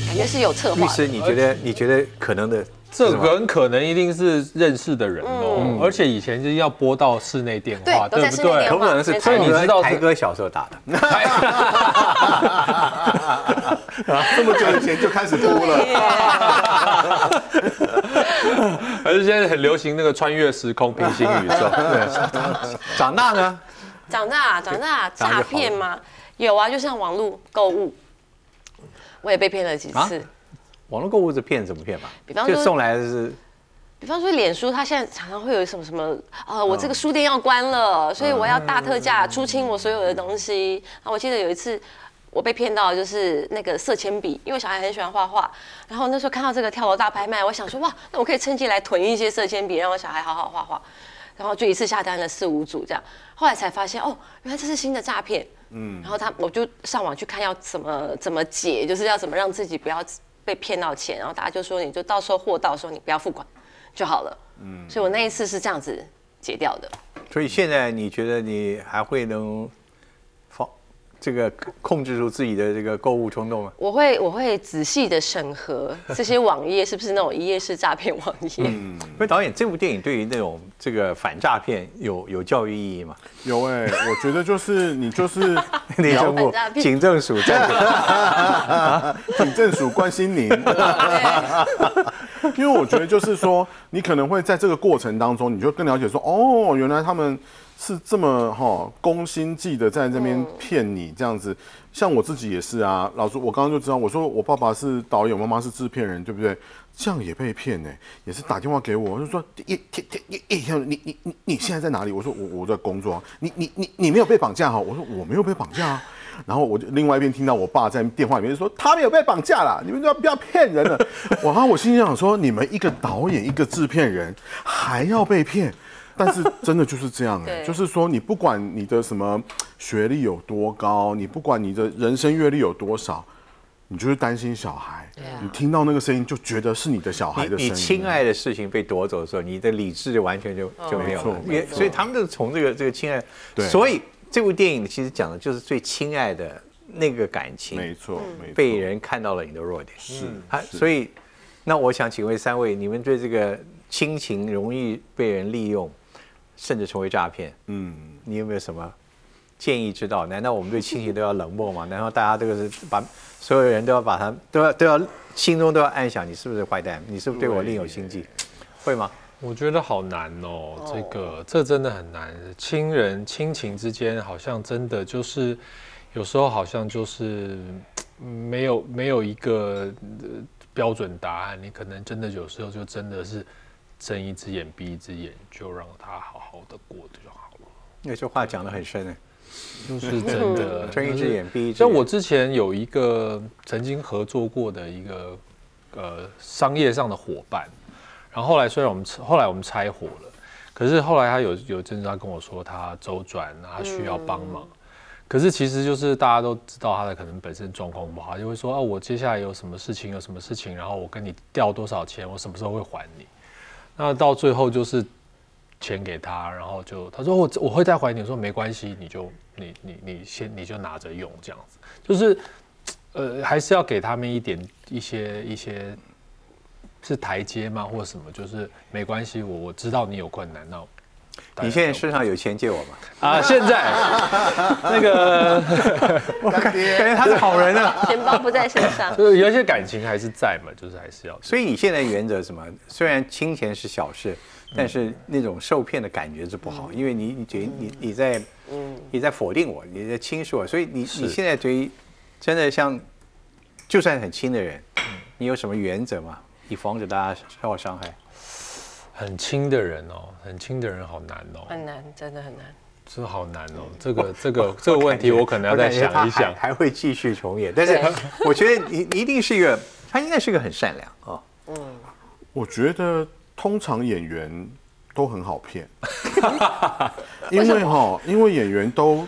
S4: 感觉是有策
S1: 律
S4: 划的。
S1: 师你觉得你觉得可能的
S2: 这
S1: 是吗
S2: 个很可能一定是认识的人哦，而且以前就是要拨到室内电话，
S4: 嗯对都在
S2: 不
S4: 室内
S2: 对
S4: 电
S1: 可
S4: 话？
S1: 不可能是
S4: 没错
S1: 台
S2: 所以你知道是
S1: 台哥小时候打的？
S3: 这么久以前就开始播了。
S2: 还是现在很流行那个穿越时空平行宇宙？
S1: 长大呢？
S4: 长大啊长大
S1: 大就好
S4: 诈
S1: 了
S4: 骗吗？有啊，就像网络购物，我也被骗了几
S1: 啊
S4: 次。
S1: 网络购物是骗怎么骗嘛？
S4: 比方
S1: 就
S4: 说
S1: 送来的是
S4: 比方说，脸书它现在常常会有什么什么，呃，我这个书店要关了，所以我要大特价出清我所有的东西。然后我记得有一次我被骗到，就是那个色铅笔，因为我小孩很喜欢画画，然后那时候看到这个跳楼大拍卖，我想说哇，那我可以趁机来囤一些色铅笔，让我小孩好好画画。然后就一次下单了四五组这样，后来才发现哦，原来这是新的诈骗。嗯，然后他我就上网去看要怎么怎么解，就是要怎么让自己不要被骗到钱。然后大家就说，你就到时候货到的时候你不要付款就好了。嗯，所以我那一次是这样子解掉的。
S1: 所以现在你觉得你还会能放这个控制住自己的这个购物冲动吗？
S4: 我会我会仔细的审核这些网页是不是那种一页式诈骗网页。
S1: 因为导演这部电影对于那种这个反诈骗有有教育意义吗？
S3: 有哎、我觉得就是你 就是
S1: 内政部
S4: 反诈、骗
S1: 警政署在
S3: 警政署关心您，因为我觉得就是说，你可能会在这个过程当中，你就更了解说，哦，原来他们是这么哈、攻心计的在这边骗你这样子。像我自己也是啊，老师，我刚刚就知道，我说我爸爸是导演，我妈妈是制片人，对不对？这样也被骗呢、也是打电话给我，我就说叶叶叶叶叶，哎你你你你现在在哪里？我说我我在工作啊，你你你你没有被绑架哈、我说我没有被绑架啊。然后我就另外一边听到我爸在电话里面就说他没有被绑架啦，你们就要不要骗人了？哇！然后我心里想说，你们一个导演一个制片人还要被骗，但是真的就是 这样哎、
S4: 对
S3: 就是说你不管你的什么学历有多高，你不管你的人生阅历有多少。你就是担心小孩，
S4: 啊
S3: 你听到那个声音就觉得是你的小孩
S1: 你
S3: 的声
S1: 你
S3: 音。啊
S1: 亲爱的事情被夺走的时候，你的理智就完全就就没有
S3: 没
S1: 了
S3: 错。
S1: 也所以他们就是从这个这个亲爱，
S3: 对
S1: 所以这部电影其实讲的就是最亲爱的那个感情，
S3: 没错，
S4: 嗯
S3: 没错。
S1: 被人看到了你的弱点。是，啊，所以那我想请问三位，你们对这个亲情容易被人利用，甚至成为诈骗，
S3: 嗯，
S1: 你有没有什么建议之道？难道我们对亲情都要冷漠吗？难道大家这个是把所有人都要把他都要都要心中都要暗想你是不是坏蛋，你是不是对我另有心计？
S3: 哎
S1: 会吗？
S2: 我觉得好难哦，这个这真的很难。亲人亲情之间好像真的就是，有时候好像就是嗯没有没有一个、呃标准答案。你可能真的有时候就真的是睁一只眼闭一只眼，就让他好好的过就好 了。
S1: 那这话讲得很深呢，，
S2: 就是真的
S1: 睁一只眼闭一只
S2: 像
S1: 眼
S2: 我之前有一个曾经合作过的一个呃商业上的伙伴，然后后来虽然我们后来我们拆伙了，可是后来他有有一阵子他跟我说他周转啊他需要帮忙。可是其实就是大家都知道他的可能本身状况不好，他就会说啊，我接下来有什么事情，有什么事情，然后我跟你调多少钱，我什么时候会还你。那到最后就是钱给他，然后就他说我我会再还你，我说没关系，你就你你你先你就拿着用这样子，就是呃还是要给他们一点一些一些是台阶吗或者什么，就是没关系，我我知道你有困难，那
S1: 你现在身上有钱借我吗？
S2: 啊，现在那个，
S1: 我感 感觉他是好人啊。
S4: 钱包不在身上
S2: 就是呃有一些感情还是在嘛，就是还是要
S1: 所以你现在原则是什么？虽然金钱是小事，但是那种受骗的感觉是不好，因为你你觉得你你在，你在否定我，你在轻视我，所以你你现在对于真的像，就算很亲的人，你有什么原则吗？以防止大家受到伤害？
S2: 很亲的人哦，很亲的人好难哦，
S4: 很难，真的很难。
S2: 真的好难哦，这个这个这个问题我可能要再想一想
S1: 还。还会继续重演。但是
S4: 对
S1: 我觉得你你一定是一个，他应该是一个很善良啊、哦
S3: 我觉得通常演员都很好 骗，因为哈，因为演员都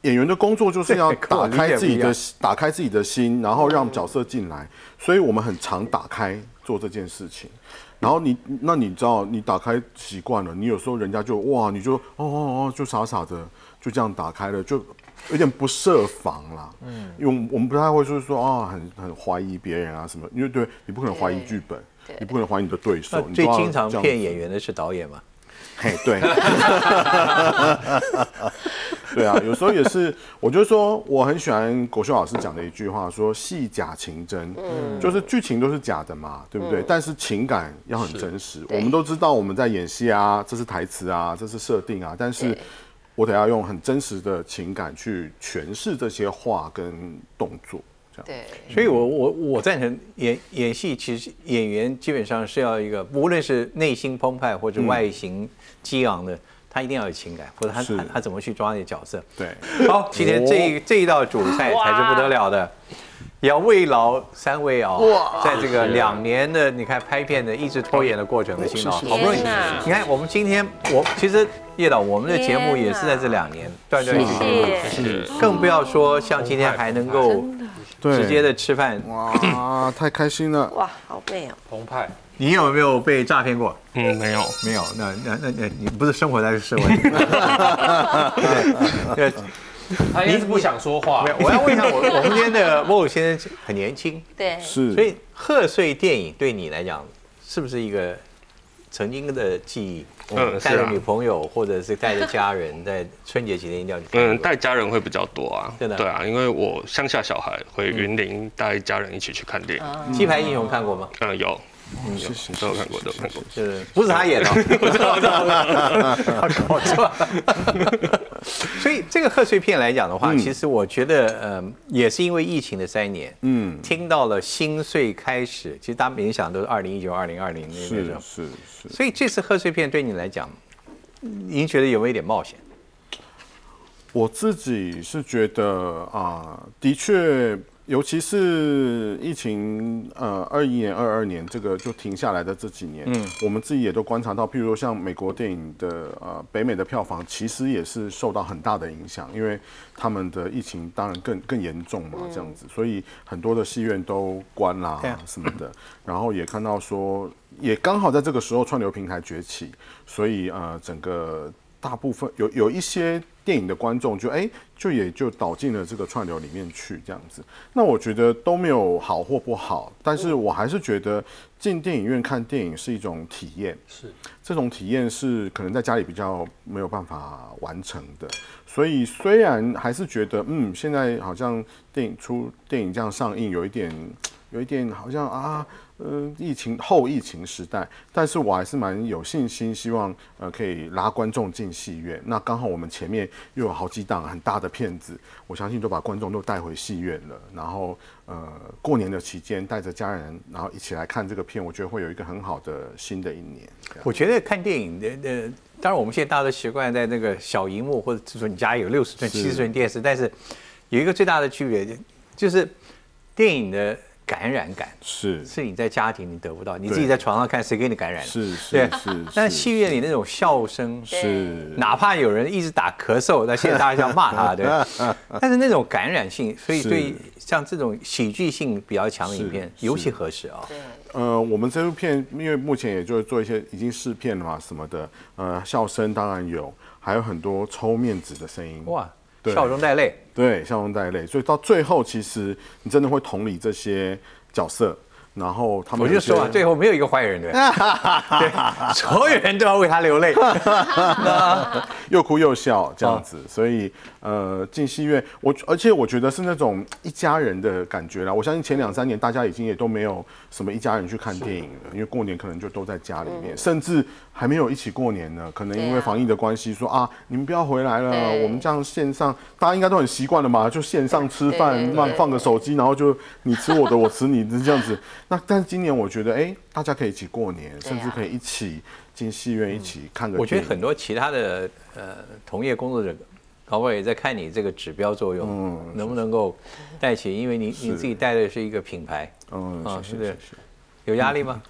S3: 演员的工作就 是要
S1: 跟我
S3: 打
S1: 理解
S3: 开自己
S1: 不一
S3: 的
S1: 样
S3: 打开自己的心，然后让角色进来，所以我们很常打开做这件事情。然后你，那你知道，你打开习惯了，你有时候人家就哇，你就哦哦哦，就傻傻的就这样打开了，就有点不设防啦。嗯，因为我们我们不太会就是说啊，很很怀疑别人啊什么，因为对你不可能怀疑啊
S4: 对
S3: 剧本
S4: 对，
S3: 你不可能怀疑你的对手。
S1: 那
S3: 你
S1: 最
S3: 都要
S1: 经常
S3: 这样
S1: 骗
S3: 子
S1: 演员的是导演嘛？
S3: 嘿，对， 对啊，有时候也是，我就说我很喜欢国秀老师讲的一句话，说戏假情真，
S4: 嗯
S3: 就是剧情都是假的嘛，对不对？但是情感要很真实，我
S4: 对
S3: 们都知道我们在演戏啊，这是台词啊，这是设定啊，但是
S4: 对
S3: 我得要用很真实的情感去诠释这些话跟动作，这样。
S4: 对，
S1: 所以
S3: 嗯
S1: 我，我我赞成演演戏，其实演员基本上是要一个，无论是内心澎湃或者
S3: 嗯
S1: 外形激昂的，他一定要有情感，否则他
S3: 是哦
S1: 他他怎么去抓那个角色？
S3: 对，
S1: 好，今天这一、这一道主菜才是不得了的，要慰劳三位哦，在这个两年的你看拍片的一直拖延的过程的辛劳，
S3: 是
S1: 好不容易
S4: 天哪，
S1: 你看我们今天我其实叶导我们的节目
S4: 天
S1: 也
S4: 哪
S1: 是在这两年断断续续
S4: 谢谢
S1: 的，更不要说像今天还能够
S3: 对，
S1: 直接的吃饭
S3: 哇，太开心了。
S4: 哇，好美哦！
S2: 澎湃，
S1: 你有没有被诈骗过？
S5: 嗯，没有，
S1: 没有，那那那那你不是生活在社会里。 对对
S2: 他应该是不想说话
S1: 没。有，我要问一下，我我们今天的莫鲁先生很年 轻，
S4: 对，
S3: 是，
S1: 所以贺岁电影对你来讲是不是一个曾经的记忆？
S5: 嗯是啊
S1: 带着女朋友或者是带着家人，在春节期间一定要去看。
S5: 嗯，带家人会比较多啊，
S1: 真的
S5: 对啊，因为我乡下小孩回云林带家人一起去看电影，
S1: 鸡排英雄看过吗？
S5: 嗯，有，
S3: 谢谢，
S5: 都有看过，都有看过。
S1: 是不是他演的？我知道，我知道，搞错了。 所以这个贺岁片来讲的话，其实我觉得，呃，也是因为疫情的三年，嗯，听到了新岁开始，其实大家联想都是二零一九、二零二零那那
S3: 是
S1: 种。
S3: 是是。
S1: 所以这次贺岁片对你来讲，您觉得有没有一点冒险？
S3: 我自己是觉得啊、的确，尤其是疫情呃二一年、二二年这个就停下来的这几年，嗯，我们自己也都观察到，譬如说像美国电影的呃北美的票房，其实也是受到很大的影响，因为他们的疫情当然更更严重嘛，这样子，所以很多的戏院都关啦、
S1: 对啊
S3: 什么的，然后也看到说，也刚好在这个时候串流平台崛起，所以呃，整个大部分有有一些电影的观众就哎、就也就导进了这个串流里面去这样子。那我觉得都没有好或不好，但是我还是觉得进电影院看电影是一种体验，是这种体验是可能在家里比较没有办法完成的。所以虽然还是觉得，嗯，现在好像电影出电影这样上映，有一点，有一点好像啊，嗯、疫情后疫情时代，但是我还是蛮有信心，希望呃可以拉观众进戏院。那刚好我们前面又有好几档很大的片子，我相信都把观众都带回戏院了。然后呃，过年的期间带着家人，然后一起来看这个片，我觉得会有一个很好的新的一年。这样
S1: 我觉得看电影的呃，当然我们现在大家都习惯在那个小荧幕或者是说你家有六十寸、七十寸电视，但是有一个最大的区别就是电影的感染感
S3: 是
S1: 是你在家庭你得不到，你
S3: 对
S1: 自己在床上看谁给你感染的？
S3: 是是
S1: 对
S3: 是，
S1: 但
S3: 是
S1: 戏院里那种笑声，
S3: 是
S1: 哪怕有人一直打咳嗽，那现在大家要骂 他，对吧，但是那种感染性，所以
S3: 是
S1: 对像这种喜剧性比较强的影片
S3: 是
S1: 尤其合适啊。
S3: 呃，我们这部片因为目前也就是做一些已经试片了嘛什么的，呃，笑声当然有，还有很多抽面子的声音，
S1: 哇，
S3: 对
S1: 笑中带泪。
S3: 对，笑容带泪，所以到最后其实你真的会同理这些角色。然后他
S1: 我
S3: 们有
S1: 就
S3: 一些
S1: 说啊，最后没有一个坏人的， 对，所有人都要为他流泪。
S3: 又哭又
S4: 嗯
S3: 笑这样子，所以呃，进戏院我而且我觉得是那种一家人的感觉啦。我相信前两三年大家已经也都没有什么一家人去看电影了，因为过年可能就都在家里
S4: 嗯
S3: 面，甚至还没有一起过年呢。可能因
S4: 对
S3: 为
S4: 啊
S3: 防疫的关系，说啊，你们不要回来了，
S4: 对
S3: 我们这样线上，大家应该都很习惯了嘛，就线上吃
S4: 对
S3: 饭
S4: 对，
S3: 放
S4: 对
S3: 放个手机，然后就你吃我的，我吃你的这样子。那但是今年我觉得，哎、大家可以一起过年，
S4: 对
S3: 甚至
S4: 啊嗯
S3: 可以一起进戏院一起看个电影。
S1: 我觉得很多其他的呃同业工作者，搞不好也在看你这个指标作用，
S3: 嗯
S1: 能不能够带起，因为你你自己带的是一个品牌，
S3: 嗯，
S1: 啊
S3: 谢谢
S1: 是的嗯
S3: 谢谢。
S1: 有压力吗？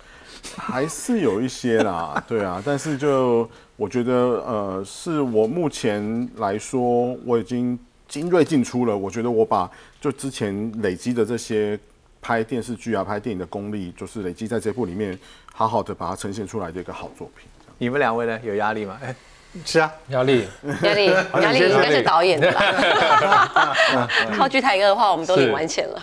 S3: 还是有一些啦， 对啊，但是就我觉得，呃，是我目前来说，我已经精锐尽出了。我觉得我把就之前累积的这些拍电视剧啊、拍电影的功力，就是累积在这部里面，好好的把它呈现出来的一个好作品。
S1: 你们两位呢？有压力吗？哎是啊，
S2: 压力
S4: 压力压力应该是导演的吧？靠剧台哥的话，我们都
S2: 是
S4: 领完钱了。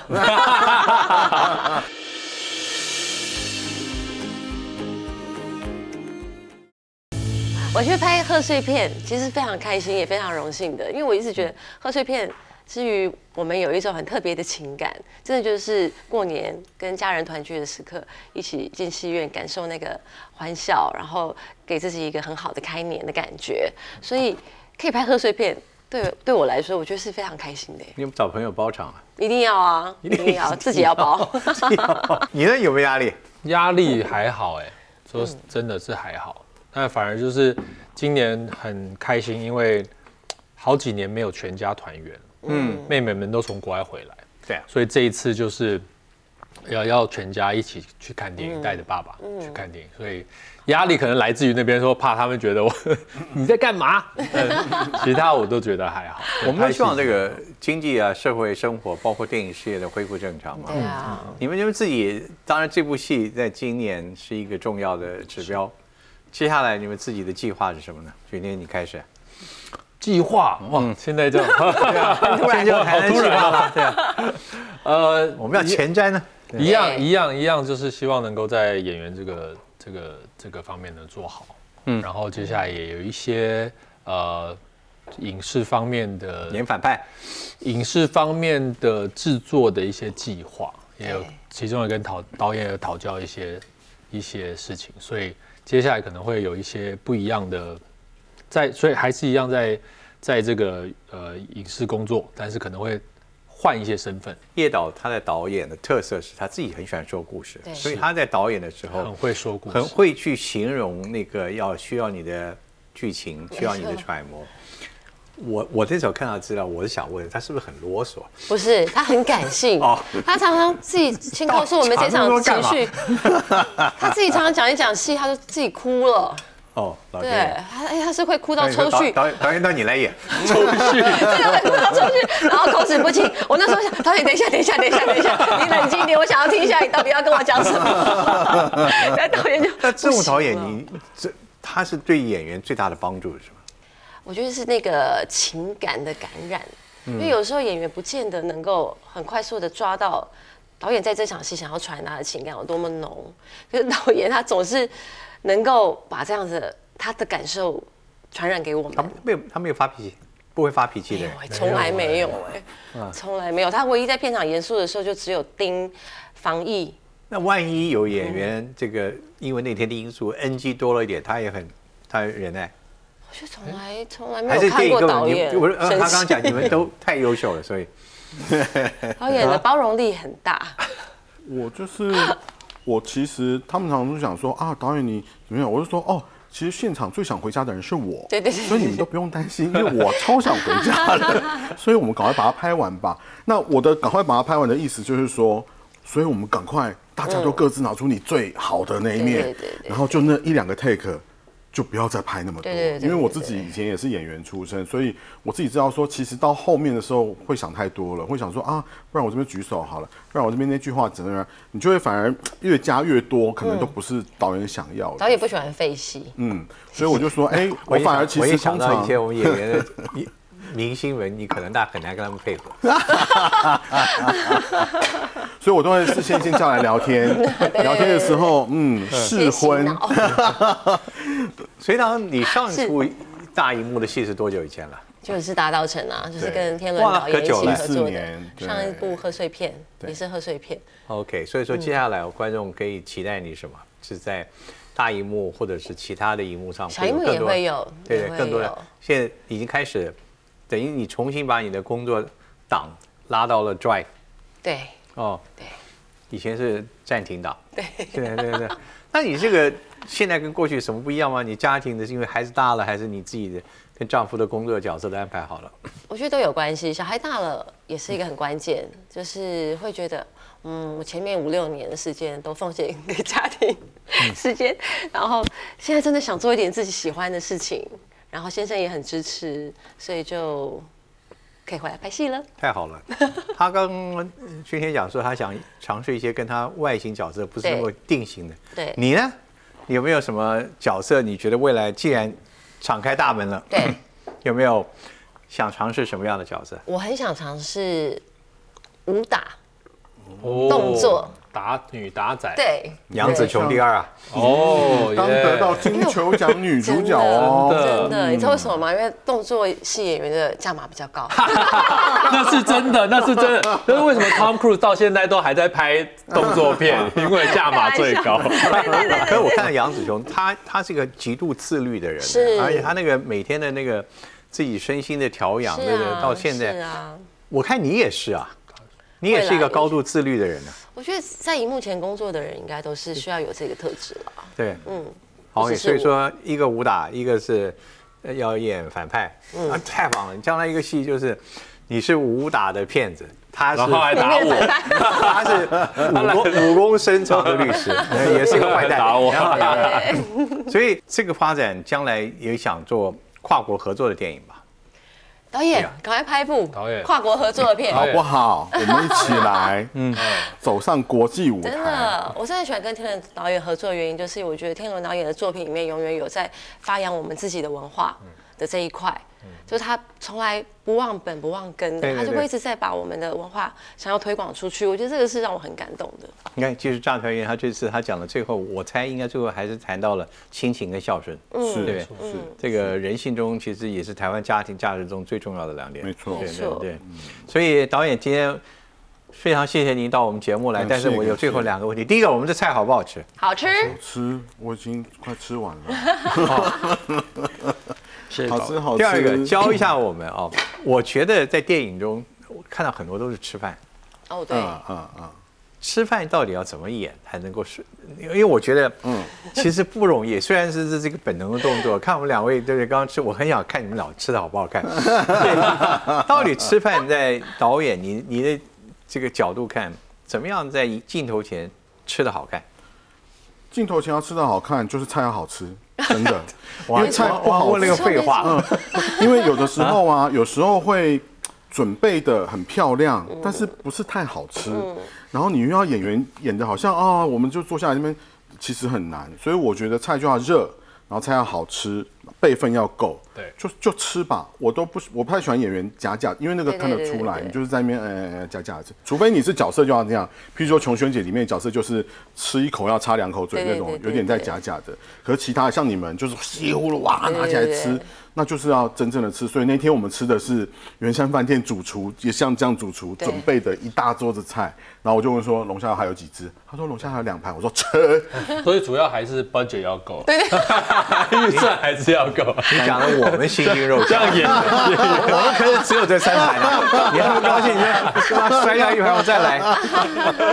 S4: 我去拍贺岁片，其实非常开心，也非常荣幸的，因为我一直觉得贺岁片之于我们有一种很特别的情感，真的就是过年跟家人团聚的时刻，一起进戏院感受那个欢笑，然后给自己一个很好的开年的感觉，所以可以拍贺岁片。对，对我来说，我觉得是非常开心的，
S1: 你们找朋友包场 啊？
S4: 一定要啊， 一定要自己要包。
S1: 你呢有没有压力？
S2: 压力还好哎、说
S1: 嗯
S2: 是真的是还好，但反而就是今年很开心，因为好几年没有全家团圆，嗯，妹妹们都从国外回来，
S1: 对啊，
S2: 所以这一次就是要要全家一起去看电影，带着爸爸
S1: 嗯
S2: 去看电影，所以压力可能来自于那边说怕他们觉得我 你在干嘛，嗯 其他我都觉得还好。
S1: 我们都希望这个经济啊、社会生活，包括电影事业的恢复正常嘛。
S4: 对啊，
S1: 你们你们自己，当然这部戏在今年是一个重要的指标。接下来你们自己的计划是什么呢？今天你开始。
S2: 计划
S1: 嗯
S2: 哇，现在就
S1: 突然就谈计划了， 对啊，
S2: 呃，
S1: 我们要前瞻呢。
S2: 一样
S4: 对
S2: 一样一样，就是希望能够在演员这个这个这个方面呢做好。嗯，然后接下来也有一些呃影视方面的
S1: 演反派，
S2: 影视方面的制作的一些计划，也有
S4: 对
S2: 其中也跟讨导演有讨教一些一些事情，所以接下来可能会有一些不一样的，在所以还是一样在在这个呃影视工作，但是可能会换一些身份，
S1: 叶导他的导演的特色是他自己很喜欢说故事，
S4: 对
S1: 所以他在导演的时
S2: 很
S1: 候
S2: 会说故
S1: 哦很
S2: 事，
S1: 会去形容那个要需要你的剧情，需要你的揣摩。我我这时候看到资料，我是想问他是不是很啰嗦？
S4: 不是，他很感性，
S1: 哦
S4: 他常常自己先告诉我们这场情绪， 他自己常常讲一讲戏，他就自己哭了。
S1: 哦，老
S4: 对，
S1: 天爷，
S4: 他哎，他是会哭到
S1: 那你说
S4: 抽
S1: 导
S4: 搐，
S1: 导演导演到你来 演，
S4: 真的会哭哎到抽搐，然后口齿不清。我那时候想，导演，等一下，等一下，等一下，等一 下，你冷静一点，我想要听一下你到底要跟我讲什 么。然后导演就，
S1: 那这种导演
S4: 不行了啊
S1: 你这他是对演员最大的帮助是吗？
S4: 我觉得是那个情感的感染，
S1: 嗯
S4: 因为有时候演员不见得能够很快速的抓到导演在这场戏想要传达的情感有多么浓，可是导演他总是能够把这样子他的感受传染给我们
S1: 他。没有他没有发脾气，不会发脾气
S4: 没
S1: 的
S4: 有
S1: 人。
S4: 哎，从来没有
S1: 啊
S4: 哎，从来没有。他唯一在片场严肃的时候，就只有盯防疫。
S1: 那万一有演员这个因为那天的因素 NG 多了一点，他也很他忍耐，
S4: 我就从来从来没
S1: 还
S4: 有
S1: 是
S4: 看
S1: 电影
S4: 过
S1: 根
S4: 导
S1: 本
S4: 演
S1: 你我呃他
S4: 生
S1: 刚
S4: 气
S1: 刚讲你啊们都太优秀了，所以
S4: 导演的包容力很大，
S3: 我就是 我，其实他们常常都想说啊，导演你怎么样？我就说哦，其实现场最想回家的人是我，
S4: 对对对
S3: 所以你们都不用担心，因为我超想回家 的，所以我们赶快把它拍完吧。那我的赶快把它拍完的意思就是说，所以我们赶快大家都各自拿出你最好的那一面，
S4: 对对对对
S3: 然后就那一两个 take。就不要再拍那么多，
S4: 对对对对
S3: 因为我自己以前也是演员出身，所以我自己知道说，其实到后面的时候会想太多了，会想说啊，不然我这边举手好了，不然我这边那句话怎么样，你就会反而越加越多，可能都不是导演想要的。嗯
S4: 导演不喜欢废戏。
S3: 嗯，所以我就说，哎、我
S1: 也想
S3: 反而其
S1: 我
S3: 实
S1: 也
S3: 通
S1: 想到
S3: 常
S1: 一些我们演员的一明 星们，你可能大家很难跟他们配合。
S3: 所以我都会事先先叫来聊天，聊天的时候，嗯，试婚，
S4: 啊哦
S1: 隋唐，你上一出大荧幕的戏是多久以前了？
S4: 就是大道城啊，就是
S3: 对
S4: 跟天伦
S1: 哇
S4: 导演
S1: 可
S4: 一起
S1: 久了
S4: 合作
S3: 14
S4: 的
S3: 年。对
S4: 上一部贺岁片也是贺岁片，
S1: OK，所以
S4: 嗯
S1: 说接下来观众可以期待你什么？是在大荧幕或者是其他的荧幕上，
S4: 小荧幕
S1: 更
S4: 也
S1: 多
S4: 会有
S1: 对
S4: 也
S1: 对，
S4: 会
S1: 更多的
S4: 有
S1: 现在已经开始，等于你重新把你的工作档拉到了 drive
S4: 对
S1: 哦，
S4: 对
S1: 以前是暂停档，
S4: 对。
S1: 对对对。那你这个现在跟过去有什么不一样吗？你家庭的是因为孩子大了，还是你自己的跟丈夫的工作角色的安排好 了？
S4: 我觉得都有关系。小孩大了也是一个很关键，就是会觉得，嗯，我前面五六年的时间都奉献给家庭
S3: 嗯
S4: 时间，然后现在真的想做一点自己喜欢的事情，然后先生也很支持，所以就可以回来拍戏了。
S1: 太好了，他刚君天讲说他想尝试一些跟他外形角色不是那么定型的。
S4: 对
S1: 你呢？你有没有什么角色？你觉得未来既然敞开大门了，
S4: 对，
S1: 有没有想尝试什么样的角色？
S4: 我很想尝试武打，
S2: 哦
S4: 动作
S2: 打女打仔，
S4: 对，
S1: 杨紫琼第二啊，
S2: 哦，
S3: 当
S2: 耶
S3: 得到金球奖女主
S4: 真
S3: 角
S4: 的
S3: 哦，
S4: 真的，你
S2: 嗯
S4: 知道为什么吗？因为动作戏演员的价码比较高。
S2: 那是真的，那是真 的。那是为什么 Tom Cruise 到现在都还在拍动作片？ 因为价码最高。
S4: 啊
S1: 可是我看到杨紫琼，她她是个极度自律的人，
S4: 是
S1: 而且她那个每天的那个自己身心的调养，那个到现
S4: 啊是
S1: 在，
S4: 啊，
S1: 我看你也是啊，你也
S4: 会啦
S1: 是一个高度自律的人呢。啊
S4: 我觉得在荧幕前工作的人应该都是需要有这个特质了。
S1: 对，
S4: 嗯，
S1: 好，
S4: 不只是
S1: 所以说一个武打，一个是呃要演反派，
S4: 嗯
S1: 啊，太棒了！你将来一个戏就是你是武打的骗子，他是
S2: 然后还打 我，
S1: 他是武功武功深长的律师，呃也是一个坏蛋，
S2: 打我
S1: 然后 所以这个发展将来也想做跨国合作的电影吧？
S4: 导演
S1: 对啊，
S4: 赶快拍一部
S2: 导演
S4: 跨国合作的片。
S3: 好不好？我们一起来，嗯，走上国际舞
S4: 真
S3: 台。
S4: 的，我真的喜欢跟天伦导演合作的原因，就是我觉得天伦导演的作品里面永远有在发扬我们自己的文化的这一块，就是他从来不忘本不忘根
S1: 对对
S4: 的，
S1: 对
S4: 他就会一直在把我们的文化想要推广出去。我觉得这个是让我很感动的。
S1: 你看，其实炸条员他这次他讲了最后，我猜应该最后还是谈到了亲情跟孝顺，
S4: 嗯
S3: 是
S1: 对
S3: 是是，
S1: 这个人性中其实也是台湾家庭价值中最重要的两点。
S3: 没错
S1: 对
S4: 没错
S1: 对对。所以导演今天非常谢谢您到我们节目来，
S3: 嗯
S1: 但是
S3: 是
S1: 我有最后
S3: 是
S1: 两个问题，第一个我们这菜好不好吃？
S4: 好吃，
S3: 吃，我已经快吃完了，
S5: 谢谢
S3: 好吃好
S1: 第
S3: 吃。嗯
S1: 二个教一下我们哦，我觉得在电影中我看到很多都是吃饭，
S4: 哦对，
S3: 啊啊啊！
S1: 吃饭到底要怎么演才能够是？因为我觉得，嗯，其实不容易。虽然是这是一个本能的动作，看我们两位对不对？刚刚吃，我很想看你们俩吃的好不好看。 对到底吃饭在导演你你的这个角度看，怎么样在镜头前吃的好看？
S3: 镜头前要吃的好看，就是菜要好吃，真 的。因
S1: 哇
S3: 为菜不
S1: 哇
S3: 好
S1: 问了
S3: 吃
S1: 个，废话，嗯
S3: 嗯因为有的时候啊，有时候会准备的很漂亮，
S4: 嗯
S3: 但是不是太好吃。然后你又要演员演的好像啊，我们就坐下来那边，其实很难。所以我觉得菜就要热，然后菜要好吃，辈分要够。
S2: 对
S3: 就就吃吧。我都不我不太喜欢演员假假，因为那个看得
S4: 对对对
S3: 出来，
S4: 对
S3: 你就是在那边呃假假吃。除非你是角色就要这样，譬如说《琼轩姐》里面的角色就是吃一口要擦两口嘴
S4: 对对
S3: 那种
S4: 对，对
S3: 有点在
S4: 对
S3: 假假的。可是其他的像你们就是稀里呼噜哇拿起来
S4: 对对对
S3: 吃。那就是要真正的吃。所以那天我们吃的是圆山饭店主厨，也像这样主厨
S4: 对
S3: 准备的一大桌子菜。然后我就问说龙虾还有几只？他说龙虾还有两盘。我说吃。
S2: 所以主要还是 budget 要够，对， 预算还是要够。
S1: 你讲的我们心惊肉跳，
S2: 演
S1: 我们可是只有这三盘啊，你还不高兴，你就把它摔下一盘，我再来。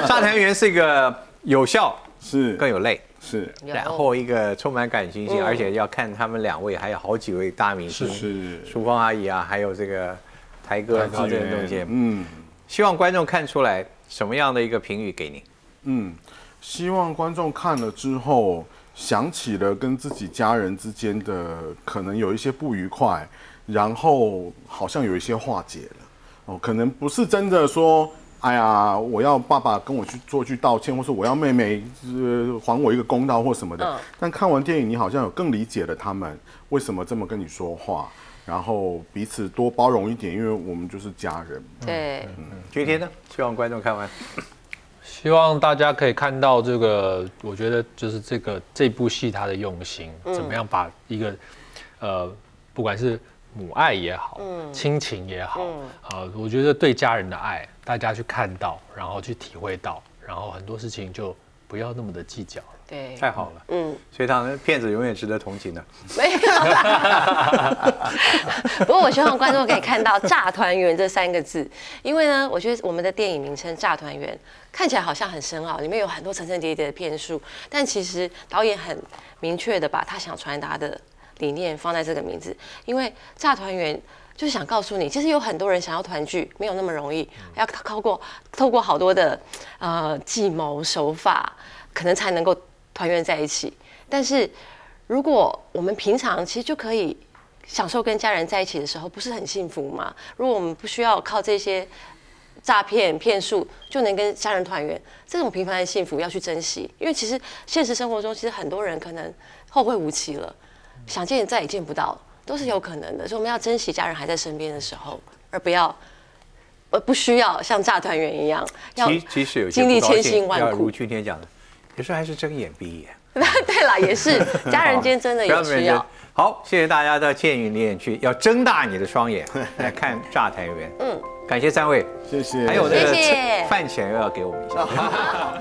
S1: 炸弹员是一个有效
S3: 是
S1: 更有泪。
S3: 是
S1: 然后一个充满感情性，而且要看他们两位，还有好几位大明星，
S3: 是
S1: 淑芳阿姨啊，还有这个台哥啊这种东西，
S3: 嗯
S1: 希望观众看出来什么样的一个评语给你。
S3: 嗯，希望观众看了之后想起了跟自己家人之间的可能有一些不愉快，然后好像有一些化解了。哦，可能不是真的说，哎呀，我要爸爸跟我去做去道歉，或是我要妹妹呃还我一个公道或什么的。
S4: 嗯
S3: 但看完电影，你好像有更理解了他们为什么这么跟你说话。然后彼此多包容一点，因为我们就是家人。
S4: 对，
S1: 菊天呢？希望观众看完。
S2: 希望大家可以看到这个，我觉得就是这个这部戏它的用心，怎么样把一个呃，不管是母爱也好，亲情也好，呃，我觉得对家人的爱，大家去看到，然后去体会到，然后很多事情就不要那么的计较了。
S4: 对，
S1: 太好了，
S4: 嗯，
S1: 所以他们骗子永远值得同情的。
S4: 没有啦。 不过我希望观众可以看到“炸团圆”这三个字，因为呢，我觉得我们的电影名称“炸团圆”看起来好像很深奥，里面有很多层层叠叠的骗术，但其实导演很明确的把他想传达的理念放在这个名字，因为“炸团圆”。就是想告诉你，其实有很多人想要团聚，没有那么容易，要透过透过好多的呃计谋手法，可能才能够团圆在一起。但是如果我们平常其实就可以享受跟家人在一起的时候，不是很幸福吗？如果我们不需要靠这些诈骗骗术就能跟家人团圆，这种平凡的幸福要去珍惜，因为其实现实生活中，其实很多人可能后会无期了，想见也再也见不到，都是有可能的。所以我们要珍惜家人还在身边的时候，而不要。呃，不需要像炸团圆一样，要
S1: 其其实有些
S4: 经历
S1: 不高
S4: 千
S1: 兴
S4: 辛
S1: 要
S4: 万
S1: 如
S4: 苦。
S1: 去天讲的，有时候还是睁眼闭眼。
S4: 对啦，也是，家人间真的
S1: 不要
S4: 有
S1: 那么认
S4: 需
S1: 真
S4: 要。。
S1: 好，谢谢大家到倩影里眼去，要睁大你的双 眼来看炸团圆。嗯，感谢三位，
S3: 谢谢，
S1: 还有那个
S4: 谢谢
S1: 饭钱又要给我们一下。
S3: 好